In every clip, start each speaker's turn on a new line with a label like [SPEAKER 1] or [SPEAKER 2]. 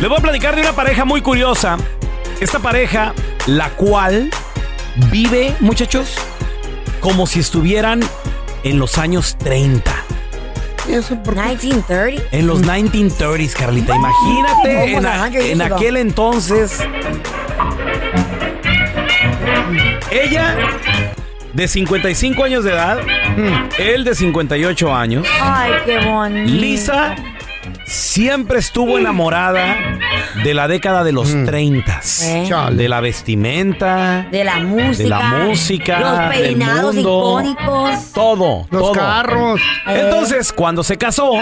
[SPEAKER 1] Les voy a platicar de una pareja muy curiosa. Esta pareja, la cual vive, muchachos, como si estuvieran en los años 30.
[SPEAKER 2] 1930.
[SPEAKER 1] En los 1930s, Carlita. Imagínate
[SPEAKER 2] Almost
[SPEAKER 1] en, a-
[SPEAKER 2] 100 years
[SPEAKER 1] en
[SPEAKER 2] ago.
[SPEAKER 1] aquel entonces. Ella de 55 años de edad,
[SPEAKER 3] Mm.
[SPEAKER 1] él de 58 años.
[SPEAKER 2] Ay, qué bonito.
[SPEAKER 1] Lisa siempre estuvo enamorada de la década de
[SPEAKER 3] Mm.
[SPEAKER 1] los 30s.
[SPEAKER 2] Eh.
[SPEAKER 3] Chale.
[SPEAKER 1] De la vestimenta,
[SPEAKER 2] De la música.
[SPEAKER 1] de la música,
[SPEAKER 2] Los
[SPEAKER 1] del
[SPEAKER 2] peinados
[SPEAKER 1] mundo,
[SPEAKER 2] icónicos.
[SPEAKER 1] Todo,
[SPEAKER 3] Los
[SPEAKER 1] todo.
[SPEAKER 3] carros. Mm.
[SPEAKER 1] Entonces, cuando se casó,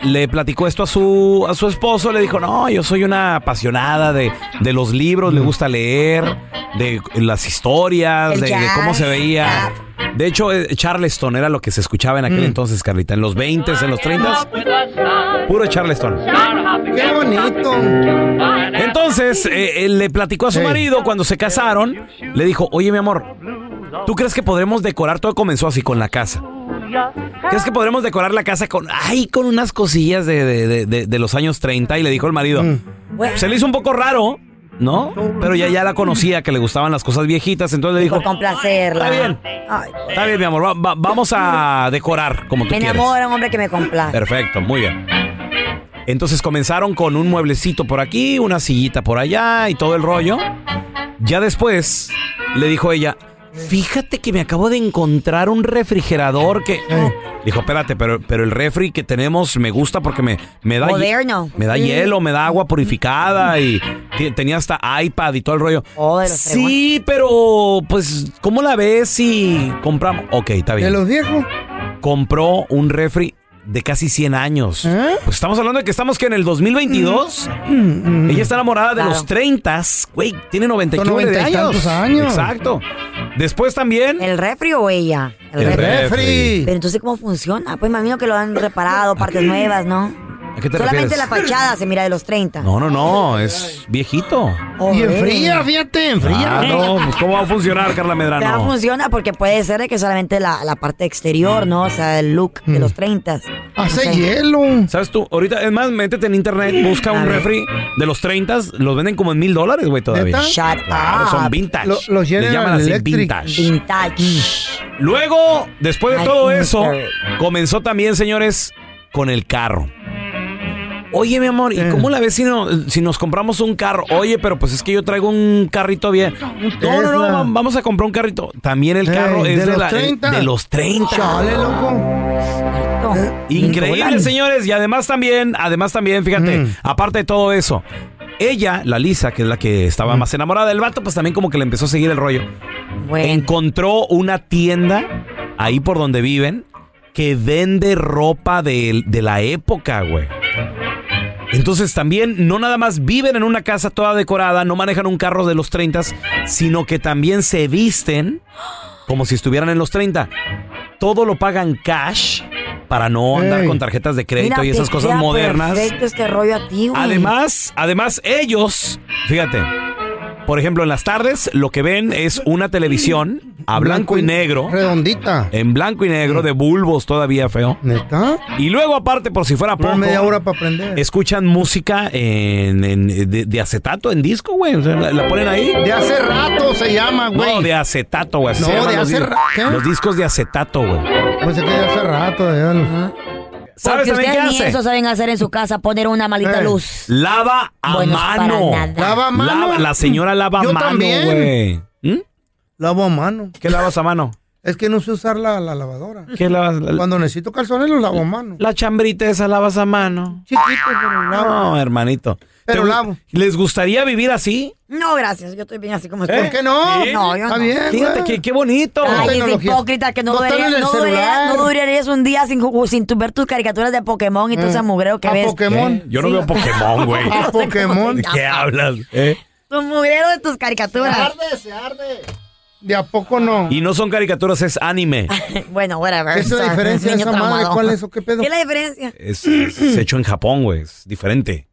[SPEAKER 1] le platicó esto a su, a su esposo, le dijo, no, yo soy una apasionada de, de los libros,
[SPEAKER 3] Mm.
[SPEAKER 1] le gusta leer, de las historias,
[SPEAKER 2] El
[SPEAKER 1] de, de
[SPEAKER 2] jazz,
[SPEAKER 1] cómo se veía. De hecho, eh, Charleston era lo que se escuchaba en
[SPEAKER 3] Mm.
[SPEAKER 1] aquel entonces, Carlita, en los 20s, en los 30s. Puro Charleston.
[SPEAKER 3] Qué bonito.
[SPEAKER 1] Entonces, eh, eh, le platicó a su
[SPEAKER 3] Sí.
[SPEAKER 1] marido cuando se casaron, le dijo, oye mi amor, ¿tú crees que podremos decorar? Todo comenzó así con la casa. ¿Crees que podremos decorar la casa con, ay, con unas cosillas de, de- de- de- de los años 30? Y le dijo el marido,
[SPEAKER 2] Bueno,
[SPEAKER 1] se le hizo un poco raro, ¿no? Pero ya, ya la conocía, que le gustaban las cosas viejitas, entonces le dijo,
[SPEAKER 2] por complacerla.
[SPEAKER 1] Está bien.
[SPEAKER 2] Ay,
[SPEAKER 1] está bien mi amor, va- va- vamos a decorar como tú
[SPEAKER 2] me
[SPEAKER 1] quieres.
[SPEAKER 2] enamora un hombre que me complace.
[SPEAKER 1] Perfecto, muy bien. Entonces comenzaron con un mueblecito por aquí, una sillita por allá y todo el rollo. Ya después le dijo ella, fíjate que me acabo de encontrar un refrigerador que... Dijo, espérate, pero, pero el refri que tenemos me gusta porque me, me da... hie-
[SPEAKER 2] Moderno.
[SPEAKER 1] Me da
[SPEAKER 2] Sí.
[SPEAKER 1] hielo, me da agua purificada y te- tenía hasta iPad y todo el rollo.
[SPEAKER 2] Oh, de los
[SPEAKER 1] sí, pero pues, ¿cómo la ves si compramos? Ok, está bien
[SPEAKER 3] De los viejos.
[SPEAKER 1] compró un refri de casi 100 años.
[SPEAKER 3] ¿Eh?
[SPEAKER 1] Pues estamos hablando de que estamos que en el 2022. Ella está enamorada de
[SPEAKER 2] Claro.
[SPEAKER 1] los 30. Güey, tiene 90 y
[SPEAKER 3] Mm. Son
[SPEAKER 1] qué huele de
[SPEAKER 3] 90 y
[SPEAKER 1] años.
[SPEAKER 3] tantos años.
[SPEAKER 1] Exacto. Después también
[SPEAKER 2] ¿El refri o ella?
[SPEAKER 1] El
[SPEAKER 2] refri.
[SPEAKER 1] refri.
[SPEAKER 2] Pero entonces, ¿cómo funciona? Pues me imagino que lo han reparado, partes nuevas, ¿no?
[SPEAKER 1] ¿A qué te
[SPEAKER 2] Solamente
[SPEAKER 1] refieres?
[SPEAKER 2] la fachada se mira de los 30.
[SPEAKER 1] No, no, no, es viejito.
[SPEAKER 2] Oh,
[SPEAKER 3] Y
[SPEAKER 2] eh.
[SPEAKER 3] enfría, fíjate, enfría.
[SPEAKER 1] Ah, no, pues, ¿cómo va a funcionar, Carla
[SPEAKER 2] Pero
[SPEAKER 1] Medrano?
[SPEAKER 2] funciona porque puede ser de que solamente la, la parte
[SPEAKER 1] Mm.
[SPEAKER 2] exterior, ¿no? O sea, el look
[SPEAKER 3] Mm.
[SPEAKER 2] de los 30.
[SPEAKER 3] Hace
[SPEAKER 2] No sé.
[SPEAKER 3] hielo.
[SPEAKER 1] ¿Sabes tú? Ahorita, es más, métete en internet, busca un
[SPEAKER 2] ver.
[SPEAKER 1] refri de los 30, los venden como en mil dólares, güey, todavía.
[SPEAKER 3] ¿Neta?
[SPEAKER 2] Shut
[SPEAKER 1] Claro,
[SPEAKER 2] up.
[SPEAKER 1] son vintage.
[SPEAKER 3] Lo- los
[SPEAKER 1] Les
[SPEAKER 3] General
[SPEAKER 1] llaman así
[SPEAKER 3] Electric.
[SPEAKER 1] vintage.
[SPEAKER 2] Vintage.
[SPEAKER 1] Luego, después de
[SPEAKER 2] Ay,
[SPEAKER 1] todo
[SPEAKER 2] qué
[SPEAKER 1] eso,
[SPEAKER 2] terrible.
[SPEAKER 1] comenzó también, señores, con el carro. Oye, mi amor, ¿y
[SPEAKER 3] Eh.
[SPEAKER 1] cómo la ves si, no- si nos compramos un carro? Oye, pero pues es que yo traigo un carrito bien. No, no, no,
[SPEAKER 3] Tesla.
[SPEAKER 1] va- vamos a comprar un carrito. También el
[SPEAKER 3] Ey,
[SPEAKER 1] carro
[SPEAKER 3] ¿de
[SPEAKER 1] es de,
[SPEAKER 3] los
[SPEAKER 1] la- eh,
[SPEAKER 3] 30?
[SPEAKER 1] de los 30.
[SPEAKER 3] Chale, loco.
[SPEAKER 1] Increíble, señores. Y además también, además también, fíjate,
[SPEAKER 3] Mm.
[SPEAKER 1] aparte de todo eso, ella, la Lisa, que es la que estaba más enamorada del vato, pues también como que le empezó a seguir el rollo.
[SPEAKER 2] Bueno.
[SPEAKER 1] encontró una tienda ahí por donde viven que vende ropa de, de la época, güey. Entonces también no nada más viven en una casa toda decorada, no manejan un carro de los 30, sino que también se visten como si estuvieran en los 30. Todo lo pagan cash para no andar
[SPEAKER 3] Ey.
[SPEAKER 1] con tarjetas de crédito
[SPEAKER 2] Mira,
[SPEAKER 1] y
[SPEAKER 2] te
[SPEAKER 1] esas cosas
[SPEAKER 2] queda
[SPEAKER 1] modernas.
[SPEAKER 2] Perfecto este rollo a ti, güey.
[SPEAKER 1] Además, además ellos, fíjate, por ejemplo, en las tardes lo que ven es una televisión a blanco y negro,
[SPEAKER 3] Redondita.
[SPEAKER 1] en blanco y negro de bulbos todavía feo.
[SPEAKER 3] ¿Neta?
[SPEAKER 1] Y luego aparte, por si fuera
[SPEAKER 3] Una media
[SPEAKER 1] poco,
[SPEAKER 3] hora para aprender.
[SPEAKER 1] escuchan música en, en- de, de acetato, en disco, güey. O sea, la, la ponen ahí.
[SPEAKER 3] De hace rato se llama, güey.
[SPEAKER 1] No, de acetato, güey. así
[SPEAKER 3] No,
[SPEAKER 1] se llaman
[SPEAKER 3] de
[SPEAKER 1] los
[SPEAKER 3] hace
[SPEAKER 1] dis-
[SPEAKER 3] ra- ¿qué?
[SPEAKER 1] Los discos de acetato, güey.
[SPEAKER 3] Pues es que de hace rato, de-
[SPEAKER 1] Eh, ¿Sabes
[SPEAKER 2] Porque
[SPEAKER 1] también
[SPEAKER 2] ustedes
[SPEAKER 1] qué
[SPEAKER 2] ni
[SPEAKER 1] hace?
[SPEAKER 2] eso saben hacer en su casa, poner una malita
[SPEAKER 3] Eh.
[SPEAKER 2] luz.
[SPEAKER 1] Lava a
[SPEAKER 2] Buenos para
[SPEAKER 1] mano.
[SPEAKER 2] nada.
[SPEAKER 3] Lava a mano.
[SPEAKER 1] Lava- la señora lava a
[SPEAKER 3] Yo
[SPEAKER 1] mano,
[SPEAKER 3] también.
[SPEAKER 1] güey. ¿Mm?
[SPEAKER 3] Lavo a mano.
[SPEAKER 1] ¿Qué lavas a mano?
[SPEAKER 3] Es que no sé usar la, la lavadora.
[SPEAKER 1] ¿Qué lavas? La,
[SPEAKER 3] Cuando necesito calzones los lavo a mano.
[SPEAKER 1] la chambrita esa lavas a mano.
[SPEAKER 3] Chiquito, pero los lavo.
[SPEAKER 1] No, hermanito.
[SPEAKER 3] Pero
[SPEAKER 1] ¿Te-
[SPEAKER 3] lavo.
[SPEAKER 1] ¿Les gustaría vivir así?
[SPEAKER 2] No, gracias. Yo estoy bien así como estoy.
[SPEAKER 3] ¿Por qué no?
[SPEAKER 2] Sí. No, yo
[SPEAKER 3] Está
[SPEAKER 2] no.
[SPEAKER 3] bien.
[SPEAKER 1] Fíjate
[SPEAKER 3] güey.
[SPEAKER 1] que qué bonito.
[SPEAKER 3] Ay,
[SPEAKER 2] Ay, es
[SPEAKER 3] tecnología.
[SPEAKER 2] hipócrita que no,
[SPEAKER 3] No están
[SPEAKER 2] duraría-
[SPEAKER 3] en el
[SPEAKER 2] no duraría-
[SPEAKER 3] celular.
[SPEAKER 2] no durarías un día sin, ju- sin tu- ver tus caricaturas de Pokémon y todo ese mugrero que
[SPEAKER 3] Eh. a
[SPEAKER 2] ves.
[SPEAKER 3] Pokémon.
[SPEAKER 1] ¿Eh? Yo no
[SPEAKER 2] Sí.
[SPEAKER 1] veo Pokémon, güey.
[SPEAKER 3] A Ah, Pokémon.
[SPEAKER 1] ¿De qué hablas? eh?
[SPEAKER 2] Tu mugrero de tus caricaturas.
[SPEAKER 3] se arde. ¿De a poco no?
[SPEAKER 1] Y no son caricaturas, es anime.
[SPEAKER 2] bueno, whatever.
[SPEAKER 3] ¿Qué es la
[SPEAKER 2] O sea,
[SPEAKER 3] diferencia de
[SPEAKER 2] niño
[SPEAKER 3] esa madre?
[SPEAKER 2] traumado.
[SPEAKER 3] ¿Cuál es eso? ¿Qué pedo?
[SPEAKER 2] ¿Qué es la diferencia?
[SPEAKER 1] Es, es- es hecho en Japón, güey. Es diferente.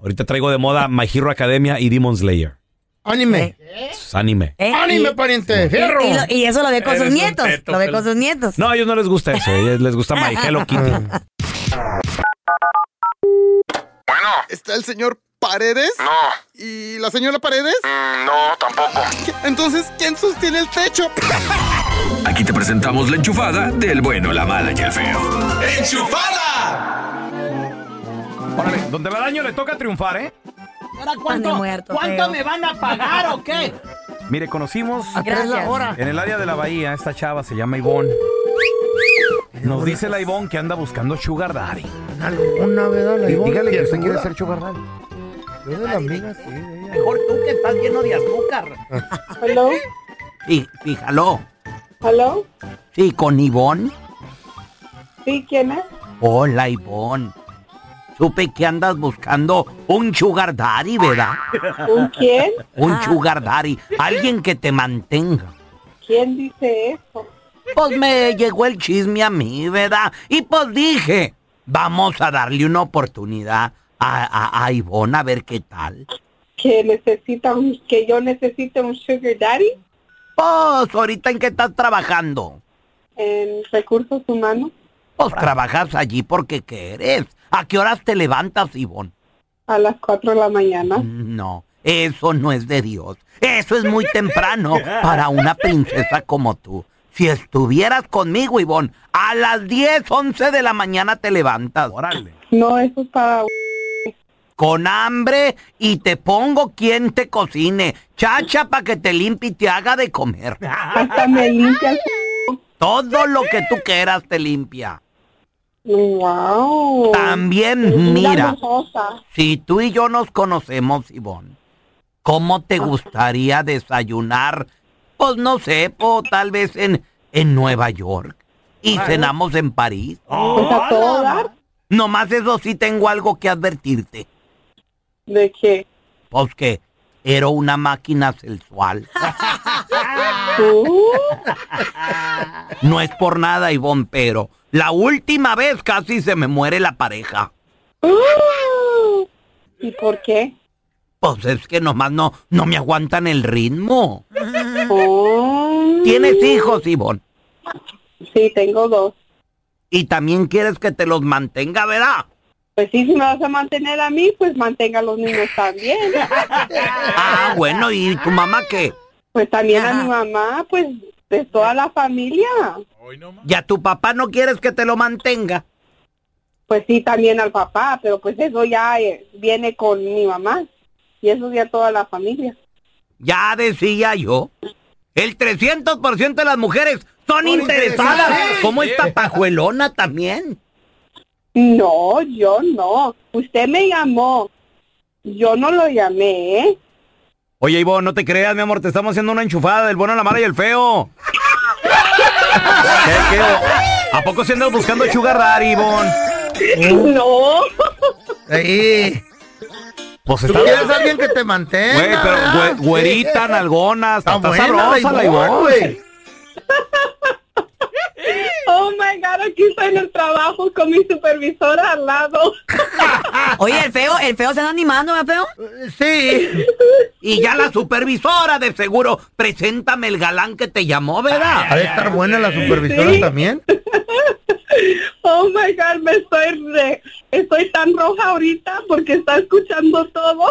[SPEAKER 1] Ahorita traigo de moda My Hero Academia y Demon Slayer.
[SPEAKER 3] Anime.
[SPEAKER 1] Es anime.
[SPEAKER 2] ¿Eh?
[SPEAKER 3] Anime,
[SPEAKER 2] Y-
[SPEAKER 3] pariente.
[SPEAKER 2] y,
[SPEAKER 3] Fierro.
[SPEAKER 2] y lo- y eso lo ve con sus nietos. lo ve con sus nietos.
[SPEAKER 1] No, a ellos no les gusta eso. A ellos les gusta My Hello Kitty.
[SPEAKER 4] ¿Está el señor Paredes? No. ¿Y la señora Paredes? no, tampoco. Entonces, ¿quién sostiene el techo?
[SPEAKER 5] Aquí te presentamos la enchufada del bueno, la mala y el feo.
[SPEAKER 1] Órale, donde va daño le toca triunfar, ¿eh?
[SPEAKER 2] ¿Cuánto, muerto, feo.
[SPEAKER 1] van a pagar o qué? Mire, conocimos
[SPEAKER 2] Gracias.
[SPEAKER 1] en el área de la bahía, esta chava se llama Ivonne. Nos dice la Ivonne que anda buscando Sugar Daddy.
[SPEAKER 3] Una luna, ¿verdad? La Ivonne
[SPEAKER 1] Dígale que usted quiere
[SPEAKER 3] tiernuda.
[SPEAKER 1] ser Sugar Daddy.
[SPEAKER 3] Yo de la amiga, sí. de ella.
[SPEAKER 6] Mejor tú que estás lleno de azúcar.
[SPEAKER 7] ¿Aló?
[SPEAKER 6] Sí, fíjalo.
[SPEAKER 7] ¿Aló?
[SPEAKER 6] Sí, con Ivón.
[SPEAKER 7] ¿Sí? ¿Quién es?
[SPEAKER 6] Hola, Ivón. Supe que andas buscando un sugar daddy, ¿verdad?
[SPEAKER 7] ¿Un quién?
[SPEAKER 6] Un
[SPEAKER 2] Ah.
[SPEAKER 6] sugar daddy. Alguien que te mantenga.
[SPEAKER 7] ¿Quién dice eso?
[SPEAKER 6] Pues me llegó el chisme a mí, ¿verdad? Y pues dije, vamos a darle una oportunidad a, a, a Ivonne a ver qué tal.
[SPEAKER 7] ¿Que necesita un- que yo necesite un sugar daddy
[SPEAKER 6] Pues, ¿ahorita en qué estás trabajando?
[SPEAKER 7] en recursos humanos?
[SPEAKER 6] Pues trabajas allí porque quieres. ¿A qué horas te levantas, Ivonne?
[SPEAKER 7] A las 4 de la
[SPEAKER 6] Mm.
[SPEAKER 7] mañana.
[SPEAKER 6] No, eso no es de Dios. Eso es muy temprano para una princesa como tú. Si estuvieras conmigo, Ivonne, a las 10, 11 de la mañana te levantas.
[SPEAKER 1] Órale.
[SPEAKER 7] No, eso es para...
[SPEAKER 6] Con hambre y te pongo quien te cocine. Chacha para que te limpie y te haga de comer.
[SPEAKER 7] Hasta me limpias.
[SPEAKER 6] Todo lo que tú quieras te limpia.
[SPEAKER 7] ¡Wow!
[SPEAKER 6] También,
[SPEAKER 7] Linda
[SPEAKER 6] mira,
[SPEAKER 7] mojosa.
[SPEAKER 6] si tú y yo nos conocemos, Ivonne, ¿cómo te gustaría desayunar? Pues no sé, po, tal vez en, en Nueva York. Y cenamos en París.
[SPEAKER 7] Pues
[SPEAKER 6] Oh,
[SPEAKER 7] a todo dar.
[SPEAKER 6] Nomás eso sí tengo algo que advertirte.
[SPEAKER 7] ¿De qué?
[SPEAKER 6] Pues que era una máquina sexual.
[SPEAKER 7] Uh,
[SPEAKER 6] No es por nada, Ivonne, pero la última vez casi se me muere la pareja.
[SPEAKER 7] uh. ¿Y por qué?
[SPEAKER 6] Pues es que nomás no, no me aguantan el ritmo.
[SPEAKER 7] Oh.
[SPEAKER 6] Tienes hijos, Ivonne.
[SPEAKER 7] Sí, tengo dos.
[SPEAKER 6] Y también quieres que te los mantenga, ¿verdad?
[SPEAKER 7] Pues sí, si me vas a mantener a mí, pues mantenga a los niños también.
[SPEAKER 6] Ah, bueno, ¿y tu mamá qué?
[SPEAKER 7] Pues también a
[SPEAKER 2] Ajá.
[SPEAKER 7] mi mamá, pues de toda la familia.
[SPEAKER 6] ¿Y a tu papá no quieres que te lo mantenga?
[SPEAKER 7] Pues sí, también al papá, pero pues eso ya eh, viene con mi mamá. Y eso ya toda la familia.
[SPEAKER 6] Ya decía yo. El 300% de las mujeres son
[SPEAKER 3] Son
[SPEAKER 6] interesadas.
[SPEAKER 3] interesadas.
[SPEAKER 6] Como esta pajuelona también.
[SPEAKER 7] No, yo no. Usted me llamó. Yo no lo llamé, ¿eh?
[SPEAKER 6] Oye, Ivonne, no te creas, mi amor, te estamos haciendo una enchufada del bueno, la mala y el feo. ¿Qué, qué? a poco se andas buscando Sugar Daddy, Ivonne?
[SPEAKER 7] No.
[SPEAKER 3] Ahí.
[SPEAKER 6] Pues
[SPEAKER 3] Tú
[SPEAKER 6] está
[SPEAKER 3] quieres a alguien que te mantenga.
[SPEAKER 6] Güey, pero
[SPEAKER 3] ¿verdad?
[SPEAKER 6] güe- güerita,
[SPEAKER 3] Sí.
[SPEAKER 6] nalgona, está,
[SPEAKER 3] Está
[SPEAKER 6] está
[SPEAKER 3] buena
[SPEAKER 6] sabrosa la Ivonne.
[SPEAKER 3] güey.
[SPEAKER 7] Oh my God, aquí estoy en el trabajo con mi supervisora al lado.
[SPEAKER 2] Oye, el feo, el feo se anda animando, ¿verdad, feo?
[SPEAKER 3] Sí.
[SPEAKER 6] Y ya la supervisora, de seguro, preséntame el galán que te llamó, ¿verdad?
[SPEAKER 3] Ha de estar buena la supervisora
[SPEAKER 7] Sí.
[SPEAKER 3] también.
[SPEAKER 7] Oh my God, me estoy re- estoy tan roja ahorita porque está escuchando todo.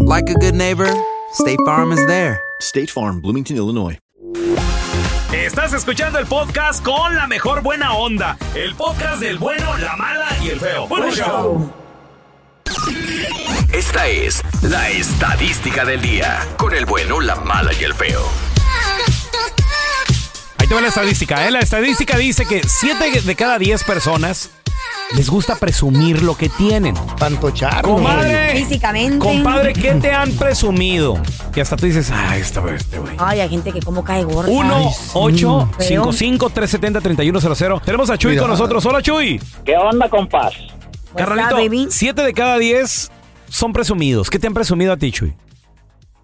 [SPEAKER 8] like a good neighbor, State Farm is there.
[SPEAKER 9] State Farm, Bloomington, Illinois.
[SPEAKER 1] Estás escuchando el podcast con la mejor buena onda. El podcast del bueno, la mala y el feo. Bueno, show.
[SPEAKER 5] Esta es la estadística del día. Con el bueno, la mala y el feo.
[SPEAKER 1] Ahí te va la estadística, ¿eh? La estadística dice que 7 de cada 10 personas les gusta presumir lo que tienen.
[SPEAKER 3] Pantochar.
[SPEAKER 1] Comadre,
[SPEAKER 2] Físicamente.
[SPEAKER 1] compadre, ¿qué te han presumido? Que hasta tú dices, ah, esta vez este güey.
[SPEAKER 2] Ay, hay gente que como cae gorda.
[SPEAKER 1] 1 8
[SPEAKER 2] Mm, Feo.
[SPEAKER 1] 55 370 3100 Tenemos a Chuy con
[SPEAKER 10] Cuidado.
[SPEAKER 1] nosotros. Hola, Chuy.
[SPEAKER 10] ¿Qué onda, compás?
[SPEAKER 1] Carnalito, 7 de cada 10 son presumidos. ¿Qué te han presumido a ti, Chuy?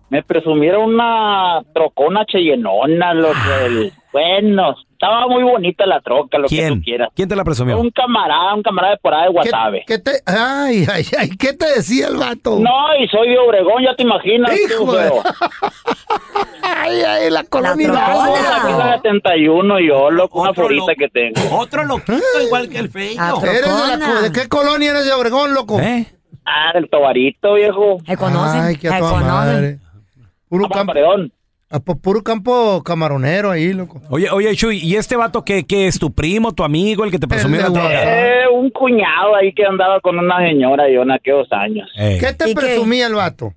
[SPEAKER 10] Me presumieron una trocona chellenona, lo
[SPEAKER 1] Ah.
[SPEAKER 10] que el- bueno, estaba muy bonita la troca, lo que tú quieras.
[SPEAKER 1] ¿Quién te la presumió?
[SPEAKER 10] Un camarada, un camarada de por ahí de Guasave.
[SPEAKER 3] ¿Qué te, ay, ay, ay, ¿qué te decía el vato?
[SPEAKER 10] No, y soy de Obregón, ya te imaginas. tú,
[SPEAKER 3] Hijo de-
[SPEAKER 10] feo.
[SPEAKER 3] Ay, ay, la colonia.
[SPEAKER 10] Tengo una vida de 71 yo, loco, una florita que tengo.
[SPEAKER 1] Otro loquito igual que el feo.
[SPEAKER 3] ¿Eres de, la co- de qué colonia eres de Obregón, loco?
[SPEAKER 1] ¿Eh?
[SPEAKER 10] Ah, del Tobarito, viejo.
[SPEAKER 2] Me
[SPEAKER 3] Ay, qué a toda madre. Puro campo, a pu- puro campo camaronero ahí, loco.
[SPEAKER 1] Oye, oye, Chuy, ¿y este vato qué, qué es tu primo, tu amigo, el que te presumió la troca?
[SPEAKER 10] Eh, un cuñado ahí que andaba con una señora yo en aquellos años.
[SPEAKER 3] ¿Qué te presumía el vato?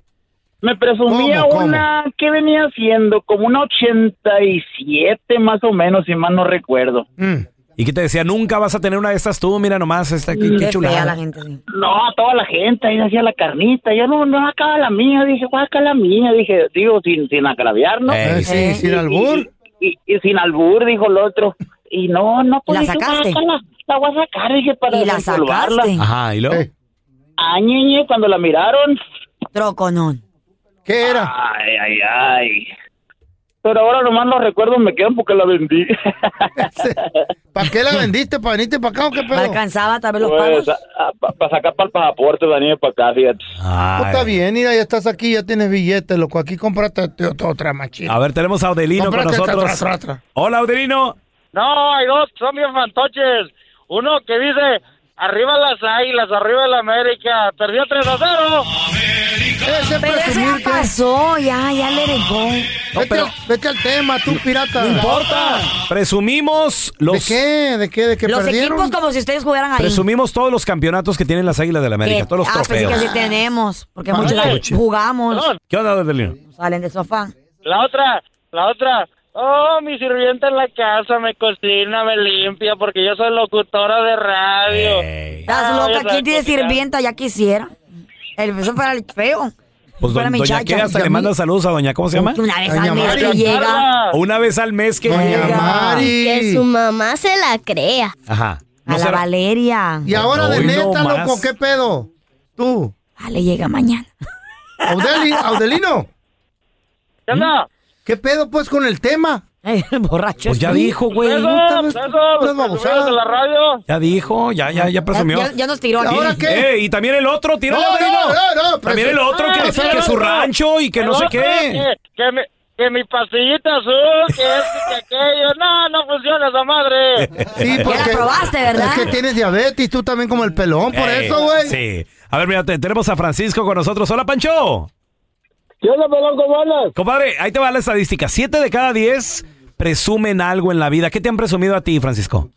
[SPEAKER 10] Me presumía
[SPEAKER 3] ¿Cómo, cómo?
[SPEAKER 10] una que venía siendo como una 87 más o menos, si mal no recuerdo.
[SPEAKER 1] Mm. Y que te decía, nunca vas a tener una de estas tú, mira nomás, esta aquí, qué chulada.
[SPEAKER 10] No, a toda la gente, ahí hacía la carnita. Yo no, no acaba la mía, dije, voy acá la mía, dije, digo, sin, sin agraviar, ¿no?
[SPEAKER 3] Eh, sí, Eh. sin albur.
[SPEAKER 10] Y, y- y sin albur, dijo el otro. Y no, no, pues
[SPEAKER 2] ¿La
[SPEAKER 10] dije, voy a
[SPEAKER 2] sacaste?
[SPEAKER 10] sacar La, la voy a sacar, dije, para
[SPEAKER 2] ¿Y la
[SPEAKER 10] desenvolverla.
[SPEAKER 2] sacaste?
[SPEAKER 1] Ajá, ¿y luego?
[SPEAKER 10] Ah, ñeñe, cuando la miraron.
[SPEAKER 2] Troconón.
[SPEAKER 3] ¿Qué era?
[SPEAKER 10] Ay, ay, ay. Pero ahora nomás los recuerdos me quedan porque la vendí.
[SPEAKER 3] ¿Para qué la vendiste? ¿Para venirte para acá o qué pedo?
[SPEAKER 2] alcanzaba tal vez los pagos.
[SPEAKER 10] Pues, para sacar para el pasaporte, la niña para acá, fíjate.
[SPEAKER 11] ah,
[SPEAKER 3] Pues
[SPEAKER 11] eh.
[SPEAKER 3] está bien, mira, ya estás aquí, ya tienes billetes, loco. Aquí compraste t- otra machina.
[SPEAKER 1] A ver, tenemos a Audelino con
[SPEAKER 3] Compraste
[SPEAKER 1] nosotros.
[SPEAKER 3] otra, otra, otra.
[SPEAKER 1] Hola, Audelino.
[SPEAKER 11] No, hay dos, son bien fantoches. Uno que dice, arriba las águilas, arriba el América, perdió 3 a 0.
[SPEAKER 2] Pero eso ya pasó, ya, ya le regó.
[SPEAKER 3] vete, al, vete al tema, tú, pirata. No
[SPEAKER 1] importa. Presumimos los...
[SPEAKER 3] ¿De qué? ¿De qué? ¿De qué
[SPEAKER 2] Los
[SPEAKER 3] perdieron?
[SPEAKER 2] equipos como si ustedes jugaran ahí.
[SPEAKER 1] Presumimos todos los campeonatos que tienen las Águilas del América,
[SPEAKER 2] Que-
[SPEAKER 1] todos los
[SPEAKER 2] ah, pues sí
[SPEAKER 1] trofeos.
[SPEAKER 2] que sí tenemos, porque
[SPEAKER 1] Ah,
[SPEAKER 2] muchos
[SPEAKER 1] coche.
[SPEAKER 2] jugamos,
[SPEAKER 1] ¿Qué onda, Audelino?
[SPEAKER 2] salen del sofá.
[SPEAKER 11] La otra, la otra. Oh, mi sirvienta en la casa me cocina, me limpia, porque yo soy locutora de radio.
[SPEAKER 2] Estás
[SPEAKER 11] Ah,
[SPEAKER 2] loca,
[SPEAKER 11] ya
[SPEAKER 2] ¿quién tiene
[SPEAKER 11] sabes,
[SPEAKER 2] sirvienta? Ya quisiera. El beso para el feo.
[SPEAKER 1] Pues
[SPEAKER 2] Fuera
[SPEAKER 1] don-
[SPEAKER 2] mi
[SPEAKER 1] doña
[SPEAKER 2] chacha.
[SPEAKER 1] que hasta
[SPEAKER 2] Y a
[SPEAKER 1] le
[SPEAKER 2] mí-
[SPEAKER 1] manda saludos a doña, ¿cómo se llama?
[SPEAKER 2] Que una vez
[SPEAKER 1] Doña
[SPEAKER 2] al mes
[SPEAKER 1] Mari.
[SPEAKER 2] que llega.
[SPEAKER 1] O una vez al mes que
[SPEAKER 3] Doña Mari.
[SPEAKER 12] Que su mamá se la crea.
[SPEAKER 1] Ajá.
[SPEAKER 2] a la Valeria.
[SPEAKER 3] Y ahora de
[SPEAKER 1] Hoy Pues no
[SPEAKER 3] neta,
[SPEAKER 1] más.
[SPEAKER 3] loco, ¿qué pedo? Tú.
[SPEAKER 2] Vale, llega mañana.
[SPEAKER 3] Audeli, Audelino. ¿Qué ¿Qué pedo, ¿Mm? pues, con el tema?
[SPEAKER 2] borracho.
[SPEAKER 1] Pues ya dijo, güey.
[SPEAKER 11] Eso, eso, los primeros pues, de la radio.
[SPEAKER 1] Ya dijo, ya, ya, ya presumió.
[SPEAKER 2] Ya, ya nos tiró.
[SPEAKER 1] Y- eh, y también el otro, tira
[SPEAKER 11] No,
[SPEAKER 1] la
[SPEAKER 11] no, no, no,
[SPEAKER 1] También
[SPEAKER 11] presu-
[SPEAKER 1] el otro
[SPEAKER 11] Ah,
[SPEAKER 1] que,
[SPEAKER 11] sí,
[SPEAKER 1] que
[SPEAKER 11] el
[SPEAKER 1] su
[SPEAKER 11] otro.
[SPEAKER 1] rancho y que no
[SPEAKER 11] El
[SPEAKER 1] sé
[SPEAKER 11] otro,
[SPEAKER 1] qué.
[SPEAKER 11] Que, que mi, que mi pastillita azul, que esto y que aquello. No, no funciona esa madre.
[SPEAKER 3] Sí, porque Es que tienes diabetes, tú también como el pelón, por
[SPEAKER 1] Eh,
[SPEAKER 3] eso, güey.
[SPEAKER 1] Sí. A ver, mira, te- tenemos a Francisco con nosotros. Hola, Pancho. Compadre, ahí te va la estadística. Siete de cada diez presumen algo en la vida. ¿Qué te han presumido a ti, Francisco?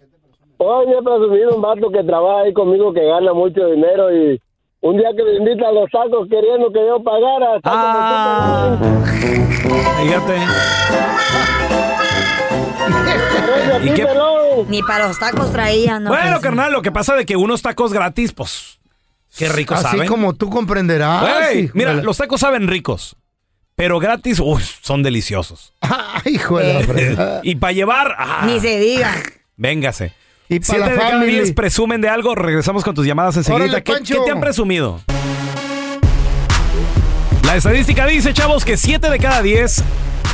[SPEAKER 13] Oye, he presumido un vato que trabaja ahí conmigo que gana mucho dinero y un día que me invita a los tacos queriendo que yo pagara. Ah.
[SPEAKER 1] Fíjate. ¿Y qué-
[SPEAKER 2] Ni para los tacos traía, ¿no? Pues,
[SPEAKER 1] bueno, carnal, lo que pasa de que unos tacos gratis, pues, qué rico
[SPEAKER 3] Así
[SPEAKER 1] saben.
[SPEAKER 3] como tú comprenderás.
[SPEAKER 1] Güey,
[SPEAKER 3] hijo
[SPEAKER 1] mira,
[SPEAKER 3] de la-
[SPEAKER 1] los tacos saben ricos, pero gratis, uy, son deliciosos. Eh,
[SPEAKER 3] Ay, hijo de la fregada.
[SPEAKER 1] y para llevar, ah,
[SPEAKER 2] Ni se diga.
[SPEAKER 1] véngase. Y
[SPEAKER 3] pa' la
[SPEAKER 1] Siete de cada
[SPEAKER 3] family.
[SPEAKER 1] diez presumen de algo. Regresamos con tus llamadas enseguida.
[SPEAKER 3] Órale,
[SPEAKER 1] ¿Qué,
[SPEAKER 3] Pancho.
[SPEAKER 1] qué te han presumido? La estadística dice, chavos, que siete de cada diez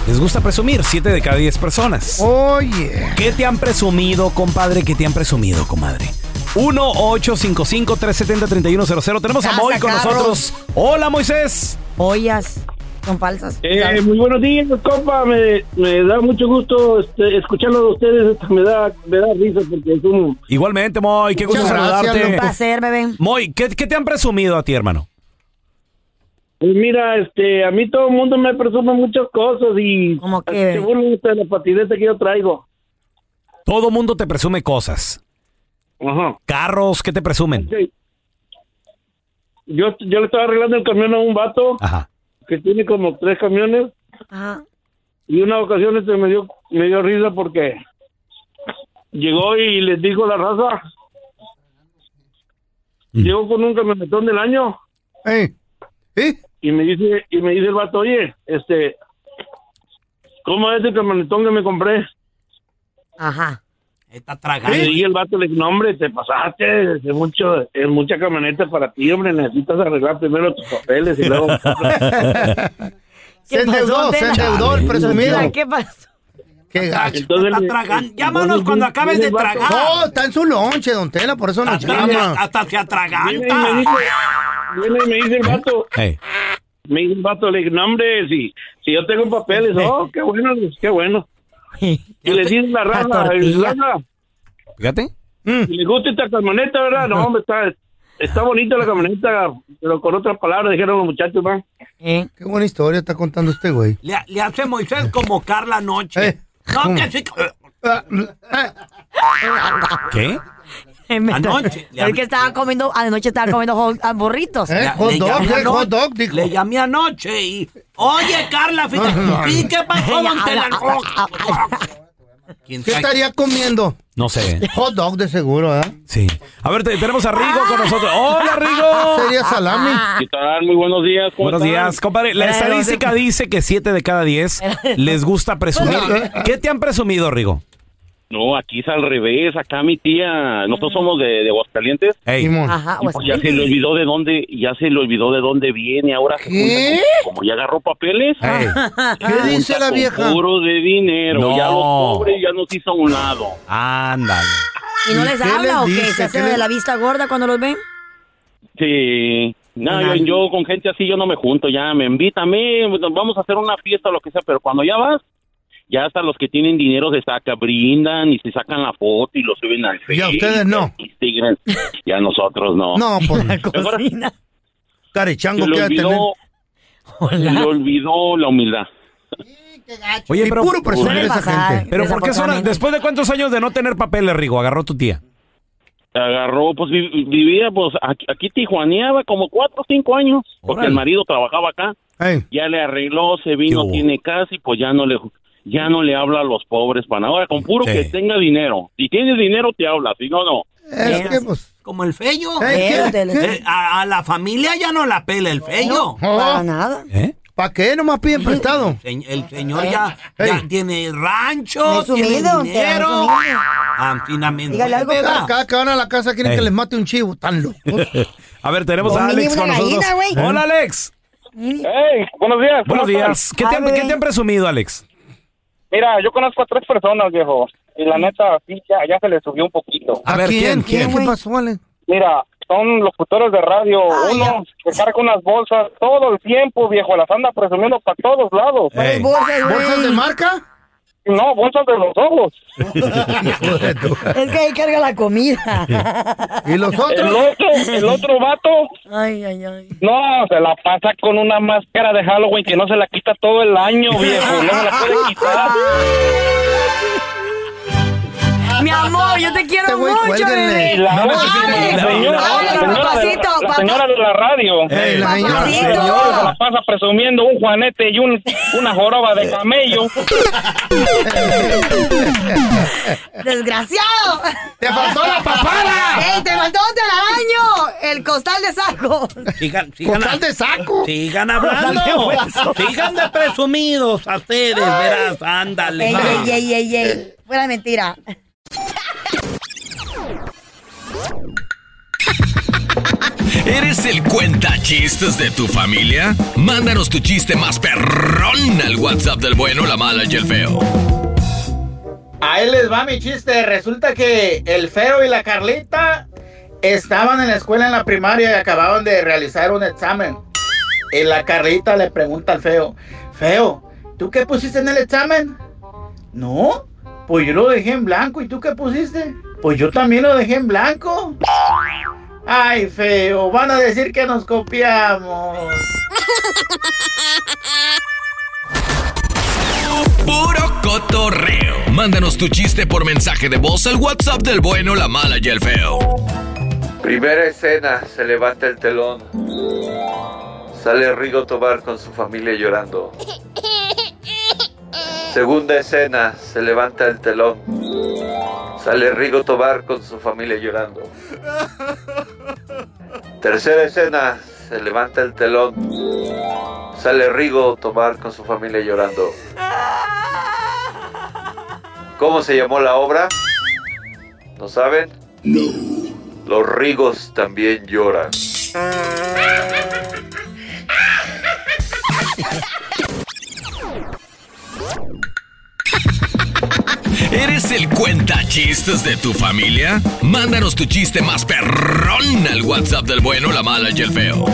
[SPEAKER 1] les gusta presumir. Siete de cada diez personas.
[SPEAKER 3] Oye.
[SPEAKER 1] ¿Qué te han presumido, compadre? ¿Qué te han presumido, comadre? 1-855-370-3100. Tenemos a
[SPEAKER 2] Casa,
[SPEAKER 1] Moy con
[SPEAKER 2] cabros.
[SPEAKER 1] nosotros. Hola, Moisés.
[SPEAKER 2] Ollas. Son falsas.
[SPEAKER 13] Eh, muy buenos días, compa. Me, me da mucho gusto este, escucharlo de ustedes. Esto Me da, me da risa porque es un...
[SPEAKER 1] Igualmente, Moy, qué gusto
[SPEAKER 13] Muchas gracias,
[SPEAKER 1] saludarte.
[SPEAKER 13] un
[SPEAKER 2] placer, bebé.
[SPEAKER 1] Moy, ¿qué, qué te han presumido a ti, hermano?
[SPEAKER 13] Pues mira, este, a mí todo el mundo me presume muchas cosas y... ¿Cómo
[SPEAKER 2] que?
[SPEAKER 13] Se burlan hasta de la patineta que yo traigo.
[SPEAKER 1] Todo mundo te presume cosas. Carros, ¿qué te presumen?
[SPEAKER 13] Yo, yo le estaba arreglando el camión a un vato que tiene como tres camiones.
[SPEAKER 2] Ajá.
[SPEAKER 13] Y una ocasión este me dio, me dio risa porque llegó y les dijo la raza. Llegó con un camionetón del año. Y me dice, y me dice el vato, oye, este, ¿cómo es el camionetón que me compré?
[SPEAKER 2] Ajá.
[SPEAKER 1] Está
[SPEAKER 13] Y el vato le dijo, no, hombre, te pasaste, es mucho, es mucha camioneta para ti, hombre, necesitas arreglar primero tus papeles y luego...
[SPEAKER 3] Se endeudó, se endeudó el presumido.
[SPEAKER 2] ¿Qué pasó?
[SPEAKER 3] Qué gacho.
[SPEAKER 13] Entonces, Está tragando. entonces, Llámanos cuando acabes de tragar.
[SPEAKER 3] No, está en su lonche, don Tela, por eso no llama.
[SPEAKER 1] se atraganta.
[SPEAKER 13] Viene y me dice, viene y me dice el vato.
[SPEAKER 1] Hey.
[SPEAKER 13] Me dice el vato, le dije, no, hombre, si, si yo tengo papeles, oh, qué bueno, pues, qué bueno. Y le dice la raza,
[SPEAKER 1] tortilla.
[SPEAKER 13] raza,
[SPEAKER 1] Fíjate.
[SPEAKER 13] si le gusta esta camioneta, ¿verdad? No, hombre, está, está bonita la camioneta, pero con otras palabras dijeron los muchachos, man.
[SPEAKER 3] Qué buena historia está contando este güey.
[SPEAKER 6] Le, le hace Moisés como Carla Noche. No,
[SPEAKER 3] Eh. ¿cómo? Ah, mm, eh.
[SPEAKER 6] que sí. que-
[SPEAKER 1] ¿Qué?
[SPEAKER 6] Anoche. le
[SPEAKER 2] El que estaba comiendo, anoche estaba comiendo hot- ah, burritos.
[SPEAKER 3] ¿Eh?
[SPEAKER 6] Le- le llamé ano- Le llamé anoche y. Oye, Carla, fíjate. ¿Y qué pasó, don Tela?
[SPEAKER 3] ¿Qué estaría comiendo?
[SPEAKER 1] No sé.
[SPEAKER 3] Hot dog de seguro, ¿eh?
[SPEAKER 1] Sí. A ver, te- tenemos a Rigo
[SPEAKER 3] Ah.
[SPEAKER 1] con nosotros. ¡Hola, Rigo!
[SPEAKER 3] Sería salami.
[SPEAKER 14] ¿Qué tal? Muy buenos días. ¿cómo
[SPEAKER 1] Buenos
[SPEAKER 14] están?
[SPEAKER 1] días, compadre. La estadística dice que 7 de cada 10 les gusta presumir. ¿Qué te han presumido, Rigo?
[SPEAKER 14] No, aquí es al revés. Acá mi tía, nosotros somos de, de Aguascalientes.
[SPEAKER 2] Ajá,
[SPEAKER 14] Y pues ya se le olvidó de dónde, ya se le olvidó de dónde viene. Ahora se
[SPEAKER 3] ¿Qué?
[SPEAKER 14] junta con- como ya agarró papeles.
[SPEAKER 3] ¿Qué dice la vieja?
[SPEAKER 14] Puro de dinero.
[SPEAKER 1] No.
[SPEAKER 14] Ya los pobres ya nos hizo a un lado.
[SPEAKER 1] Ándale.
[SPEAKER 2] ¿Y no les
[SPEAKER 14] ¿Qué les
[SPEAKER 2] habla o qué?
[SPEAKER 14] dice?
[SPEAKER 2] ¿Se hacen
[SPEAKER 14] ¿Qué
[SPEAKER 2] de
[SPEAKER 14] les-
[SPEAKER 2] la vista gorda cuando los ven?
[SPEAKER 14] Sí. No, yo, yo con gente así yo no me junto. Ya me invítame, vamos a hacer una fiesta o lo que sea. Pero cuando ya vas, ya hasta los que tienen dinero se saca, brindan y se sacan la foto y lo suben al
[SPEAKER 3] Ya
[SPEAKER 14] Facebook.
[SPEAKER 3] ustedes no.
[SPEAKER 14] Instagram. Ya nosotros no.
[SPEAKER 3] No, por la cocina. Carichango
[SPEAKER 14] Se le
[SPEAKER 3] que va a
[SPEAKER 14] olvidó-
[SPEAKER 3] tener.
[SPEAKER 14] Se le olvidó la humildad.
[SPEAKER 1] Oye, pero.
[SPEAKER 3] puro presumir Suele esa pasar, gente.
[SPEAKER 1] Pero ¿por qué son-
[SPEAKER 3] desafortunadamente.
[SPEAKER 1] después de cuántos años de no tener papeles, Rigo, agarró tu tía?
[SPEAKER 14] Agarró, pues vi- vivía, pues aquí, aquí tijuaneaba como cuatro o cinco años, porque
[SPEAKER 1] Órale.
[SPEAKER 14] el marido trabajaba acá. Ya le arregló, se vino, tiene casa y pues ya no le ya no le habla a los pobres para nada. Ahora, con puro
[SPEAKER 1] Sí.
[SPEAKER 14] que tenga dinero. Si tienes dinero, te habla, si no, no.
[SPEAKER 3] Es que, pues.
[SPEAKER 6] Como el feyo.
[SPEAKER 3] Eh, ¿qué?
[SPEAKER 6] Eh, A, a la familia ya no la pela el feyo.
[SPEAKER 3] para nada. Oh.
[SPEAKER 1] ¿Eh?
[SPEAKER 3] ¿Para qué? Nomás piden prestado.
[SPEAKER 6] Se- El señor ya, ya tiene rancho,
[SPEAKER 3] Presumido,
[SPEAKER 6] tiene
[SPEAKER 3] te
[SPEAKER 6] dinero. Ah,
[SPEAKER 3] presumido.
[SPEAKER 6] Antinamente.
[SPEAKER 3] Cada, cada que van a la casa quieren que les mate un chivo. Tan locos.
[SPEAKER 1] A ver, tenemos a
[SPEAKER 3] Como
[SPEAKER 1] Alex
[SPEAKER 3] mínimo
[SPEAKER 1] con
[SPEAKER 3] una
[SPEAKER 1] nosotros.
[SPEAKER 3] gallina, güey.
[SPEAKER 1] Hola, Alex.
[SPEAKER 11] Eh,
[SPEAKER 14] buenos días.
[SPEAKER 1] Buenos días. ¿Qué te, han,
[SPEAKER 3] Ay,
[SPEAKER 1] qué te han presumido, Alex?
[SPEAKER 11] Mira, yo conozco a tres personas, viejo. Y la neta, sí, ya, ya se le subió un poquito.
[SPEAKER 3] ¿A, quién? ¿Quién? ¿Qué pasó, Ale?
[SPEAKER 11] Mira, son locutores de radio.
[SPEAKER 3] Ah,
[SPEAKER 11] Uno que carga unas bolsas todo el tiempo, viejo. Las anda presumiendo para todos lados.
[SPEAKER 3] Ey. ¿Bolsas, güey? ¿Bolsas de marca?
[SPEAKER 11] No, bolsas de los ojos.
[SPEAKER 2] Es que ahí carga la comida.
[SPEAKER 3] ¿Y los
[SPEAKER 11] El otro, el otro vato,
[SPEAKER 2] Ay, ay, ay.
[SPEAKER 11] no, se la pasa con una máscara de Halloween que no se la quita todo el año, viejo. No se la puede quitar.
[SPEAKER 2] Mi amor, yo te
[SPEAKER 3] Este
[SPEAKER 2] quiero mucho, bebé.
[SPEAKER 11] Y la
[SPEAKER 2] No,
[SPEAKER 11] otra
[SPEAKER 2] Alex,
[SPEAKER 11] que se- la señora-
[SPEAKER 2] Alex,
[SPEAKER 11] la señora de-
[SPEAKER 2] papacito,
[SPEAKER 11] la
[SPEAKER 2] papá.
[SPEAKER 11] señora de la radio.
[SPEAKER 3] Ey, la señora-
[SPEAKER 11] La
[SPEAKER 3] Papacito.
[SPEAKER 11] señora se la pasa presumiendo un juanete y un- una joroba de camello.
[SPEAKER 2] ¡Desgraciado!
[SPEAKER 3] ¡Te faltó la papada!
[SPEAKER 2] ¡Ey, te faltó un telaraño! ¡El costal de saco!
[SPEAKER 6] Sigan,
[SPEAKER 3] ¡Costal de saco!
[SPEAKER 6] Sigan
[SPEAKER 2] Dale,
[SPEAKER 6] hablando.
[SPEAKER 2] hueso.
[SPEAKER 6] Sigan de presumidos a ustedes, verás. Ándale.
[SPEAKER 2] ¡Ey,
[SPEAKER 6] va.
[SPEAKER 2] ey, ey, ey, ey! Fuera mentira.
[SPEAKER 15] ¿Eres el cuenta chistes de tu familia? Mándanos tu chiste más perrón al WhatsApp del bueno, la mala y el feo.
[SPEAKER 16] Ahí les va mi chiste. Resulta que el feo y la Carlita estaban en la escuela en la primaria y acababan de realizar un examen. Y la Carlita le pregunta al feo, feo, ¿tú qué pusiste en el examen? No, pues yo lo dejé en blanco. ¿Y tú qué pusiste? Pues yo también lo dejé en blanco. Ay, feo, van a decir que nos copiamos.
[SPEAKER 15] Puro cotorreo. Mándanos tu chiste por mensaje de voz al WhatsApp del bueno, la mala y el feo.
[SPEAKER 17] Primera escena, se levanta el telón. Sale Rigo Tobar con su familia llorando. Segunda escena, se levanta el telón. Sale Rigo Tobar con su familia llorando. Tercera escena, se levanta el telón. Sale Rigo Tobar con su familia llorando. ¿Cómo se llamó la obra? ¿No saben? Los rigos también lloran.
[SPEAKER 15] ¿Eres el cuenta chistes de tu familia? Mándanos tu chiste más perrón al WhatsApp del bueno, la mala y el feo.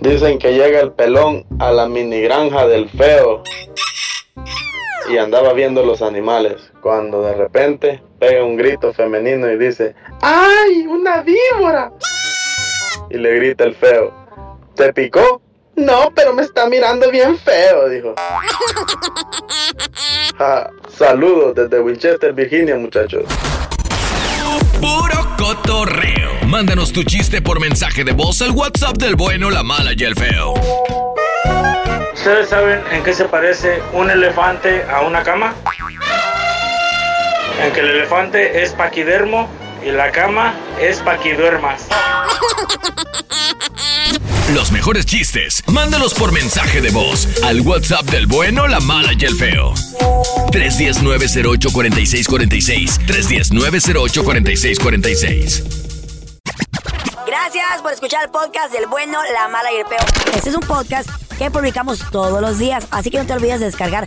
[SPEAKER 18] Dicen que llega el pelón a la mini granja del feo y andaba viendo los animales. Cuando de repente pega un grito femenino y dice, ¡Ay, una víbora! y le grita el feo, ¿te picó? No, pero me está mirando bien feo, dijo. Ja, saludos desde Winchester, Virginia, muchachos.
[SPEAKER 15] Puro cotorreo. Mándanos tu chiste por mensaje de voz al WhatsApp del bueno, la mala y el feo.
[SPEAKER 19] ¿Ustedes saben en qué se parece un elefante a una cama? En que el elefante es paquidermo y la cama es paquiduermas.
[SPEAKER 15] Los mejores chistes, mándalos por mensaje de voz al WhatsApp del bueno, la mala y el feo. 319-08-4646. 319-08-4646.
[SPEAKER 2] Gracias por escuchar el podcast del bueno, la mala y el peor. Este es un podcast que publicamos todos los días, así que no te olvides de descargar